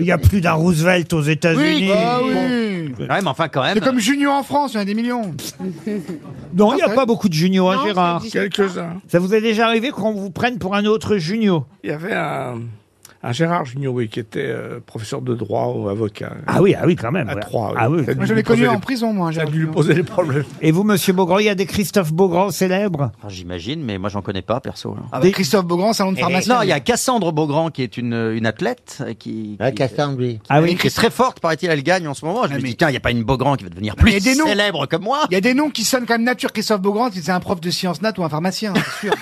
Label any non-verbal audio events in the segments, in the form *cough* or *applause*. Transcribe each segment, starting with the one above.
Il y a plus d'un Roosevelt aux États-Unis. Ah oui Ouais, mais enfin quand même. C'est comme Junior en France, il y en a des millions. Non, il n'y a Ah, pas beaucoup de juniors, hein, Non, ça Gérard. existe. Quelques-uns. Ça vous est déjà arrivé qu'on vous prenne pour un autre junior Il y avait un, un Gérard Junior, oui, qui était euh, professeur de droit ou avocat. Ah oui, ah oui, quand même. à ouais. Troyes. oui. Ah oui. Ça a dû Moi, je lui l'ai connu poser en des- prison, moi. Ça a Gérard dû lui Junior. poser des problèmes. Et vous, Monsieur Beaugrand, il y a des Christophe Beaugrand célèbres Ah, J'imagine, mais moi j'en connais pas perso. hein. là. Ah bah, Christophe Beaugrand, salon de Et- pharmacie. Eh, non, il y a Cassandre Beaugrand qui est une, une athlète euh, qui, Ouais, qui- Hein, Ah, Cassandre, oui. Ah oui, qui est très forte, paraît-il, elle gagne en ce moment. Je me mais- dis, tiens, il n'y a pas une Beaugrand qui va devenir Mais plus il y a des noms. célèbre comme moi. Il y a des noms qui sonnent quand même nature. Christophe Beaugrand, c'est un prof de sciences nat ou un pharmacien, *laughs* c'est sûr.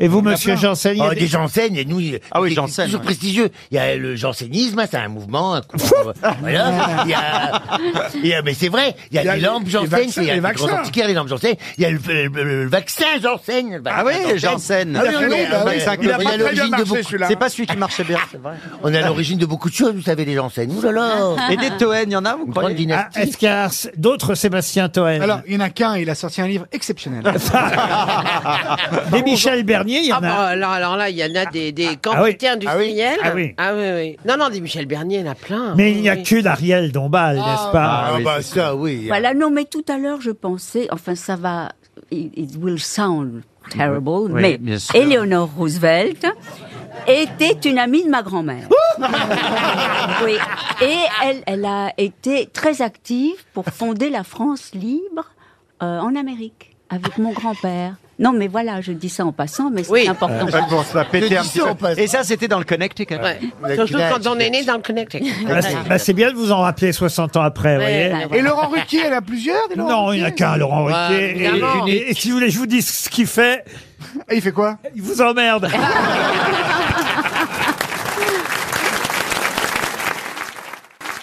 Et vous, Il y en a Monsieur plein. Janssen, il y a Oh, des- des enseignes, et nous, Ah oui, c'est Janssen, toujours ouais. prestigieux. Il y a le jansénisme, hein, c'est un mouvement, un courant, euh, voilà. Il y a, il y a- mais c'est vrai, il y a, Il y a les les- lampes les Janssen, vaccins, c'est il y a les des grands vaccins. antiquaires, les lampes Janssen. Il y a le, le- le- le vaccin Janssen. le vaccin Ah oui, Janssen. Ah oui, Il a fait oui, oui, long, bah oui, oui, oui, il a on est à pas très bien l'origine de marché beaucoup- celui-là. C'est pas celui qui marchait bien, c'est vrai. On est à l'origine de beaucoup de choses, vous savez, les enseignes. Ouh là là, Et des Toen, il y en a, vous une grande croyez Ah, dynastie. est-ce qu'il y a s- d'autres Sébastien Toen Alors, il y en a qu'un, il a sorti un livre exceptionnel. *laughs* Des Michel Bernier, il y en Ah a. bah, alors, alors là, il y en a des, des Ah oui. quantités industrielles. Ah oui. Ah oui, oui. Non, non, des Michel Bernier, il y en a plein. Mais Oui, il n'y a bah. oui. qu'une Ariel Dombal, n'est-ce pas Ah, bah ça, oui. Voilà, non, mais tout à l'heure, je pensais, enfin, ça va, it, it will sound terrible, Oui, mais bien sûr. Eleanor Roosevelt était une amie de *laughs* ma grand-mère. oui. Et elle, elle a été très active pour fonder la France libre euh, en Amérique, avec mon grand-père. Non, mais voilà, je dis ça en passant, mais c'est Oui. important. Euh, péter un petit peu. Et ça, c'était dans le Connecticut. Ouais. La Surtout Cunard, quand on est né dans le Connecticut. Bah, c'est- bah, C'est bien de vous en rappeler 60 ans après, vous voyez. Ouais, bah, ouais, ouais. Et Laurent Ruquier, elle a plusieurs des Laurent Non, il n'y en a Ruquier qu'un, Laurent Ouais, Ruquier. Et- évidemment. Ah, et, et si vous voulez, je vous dis ce qu'il fait, Et il fait quoi il vous emmerde.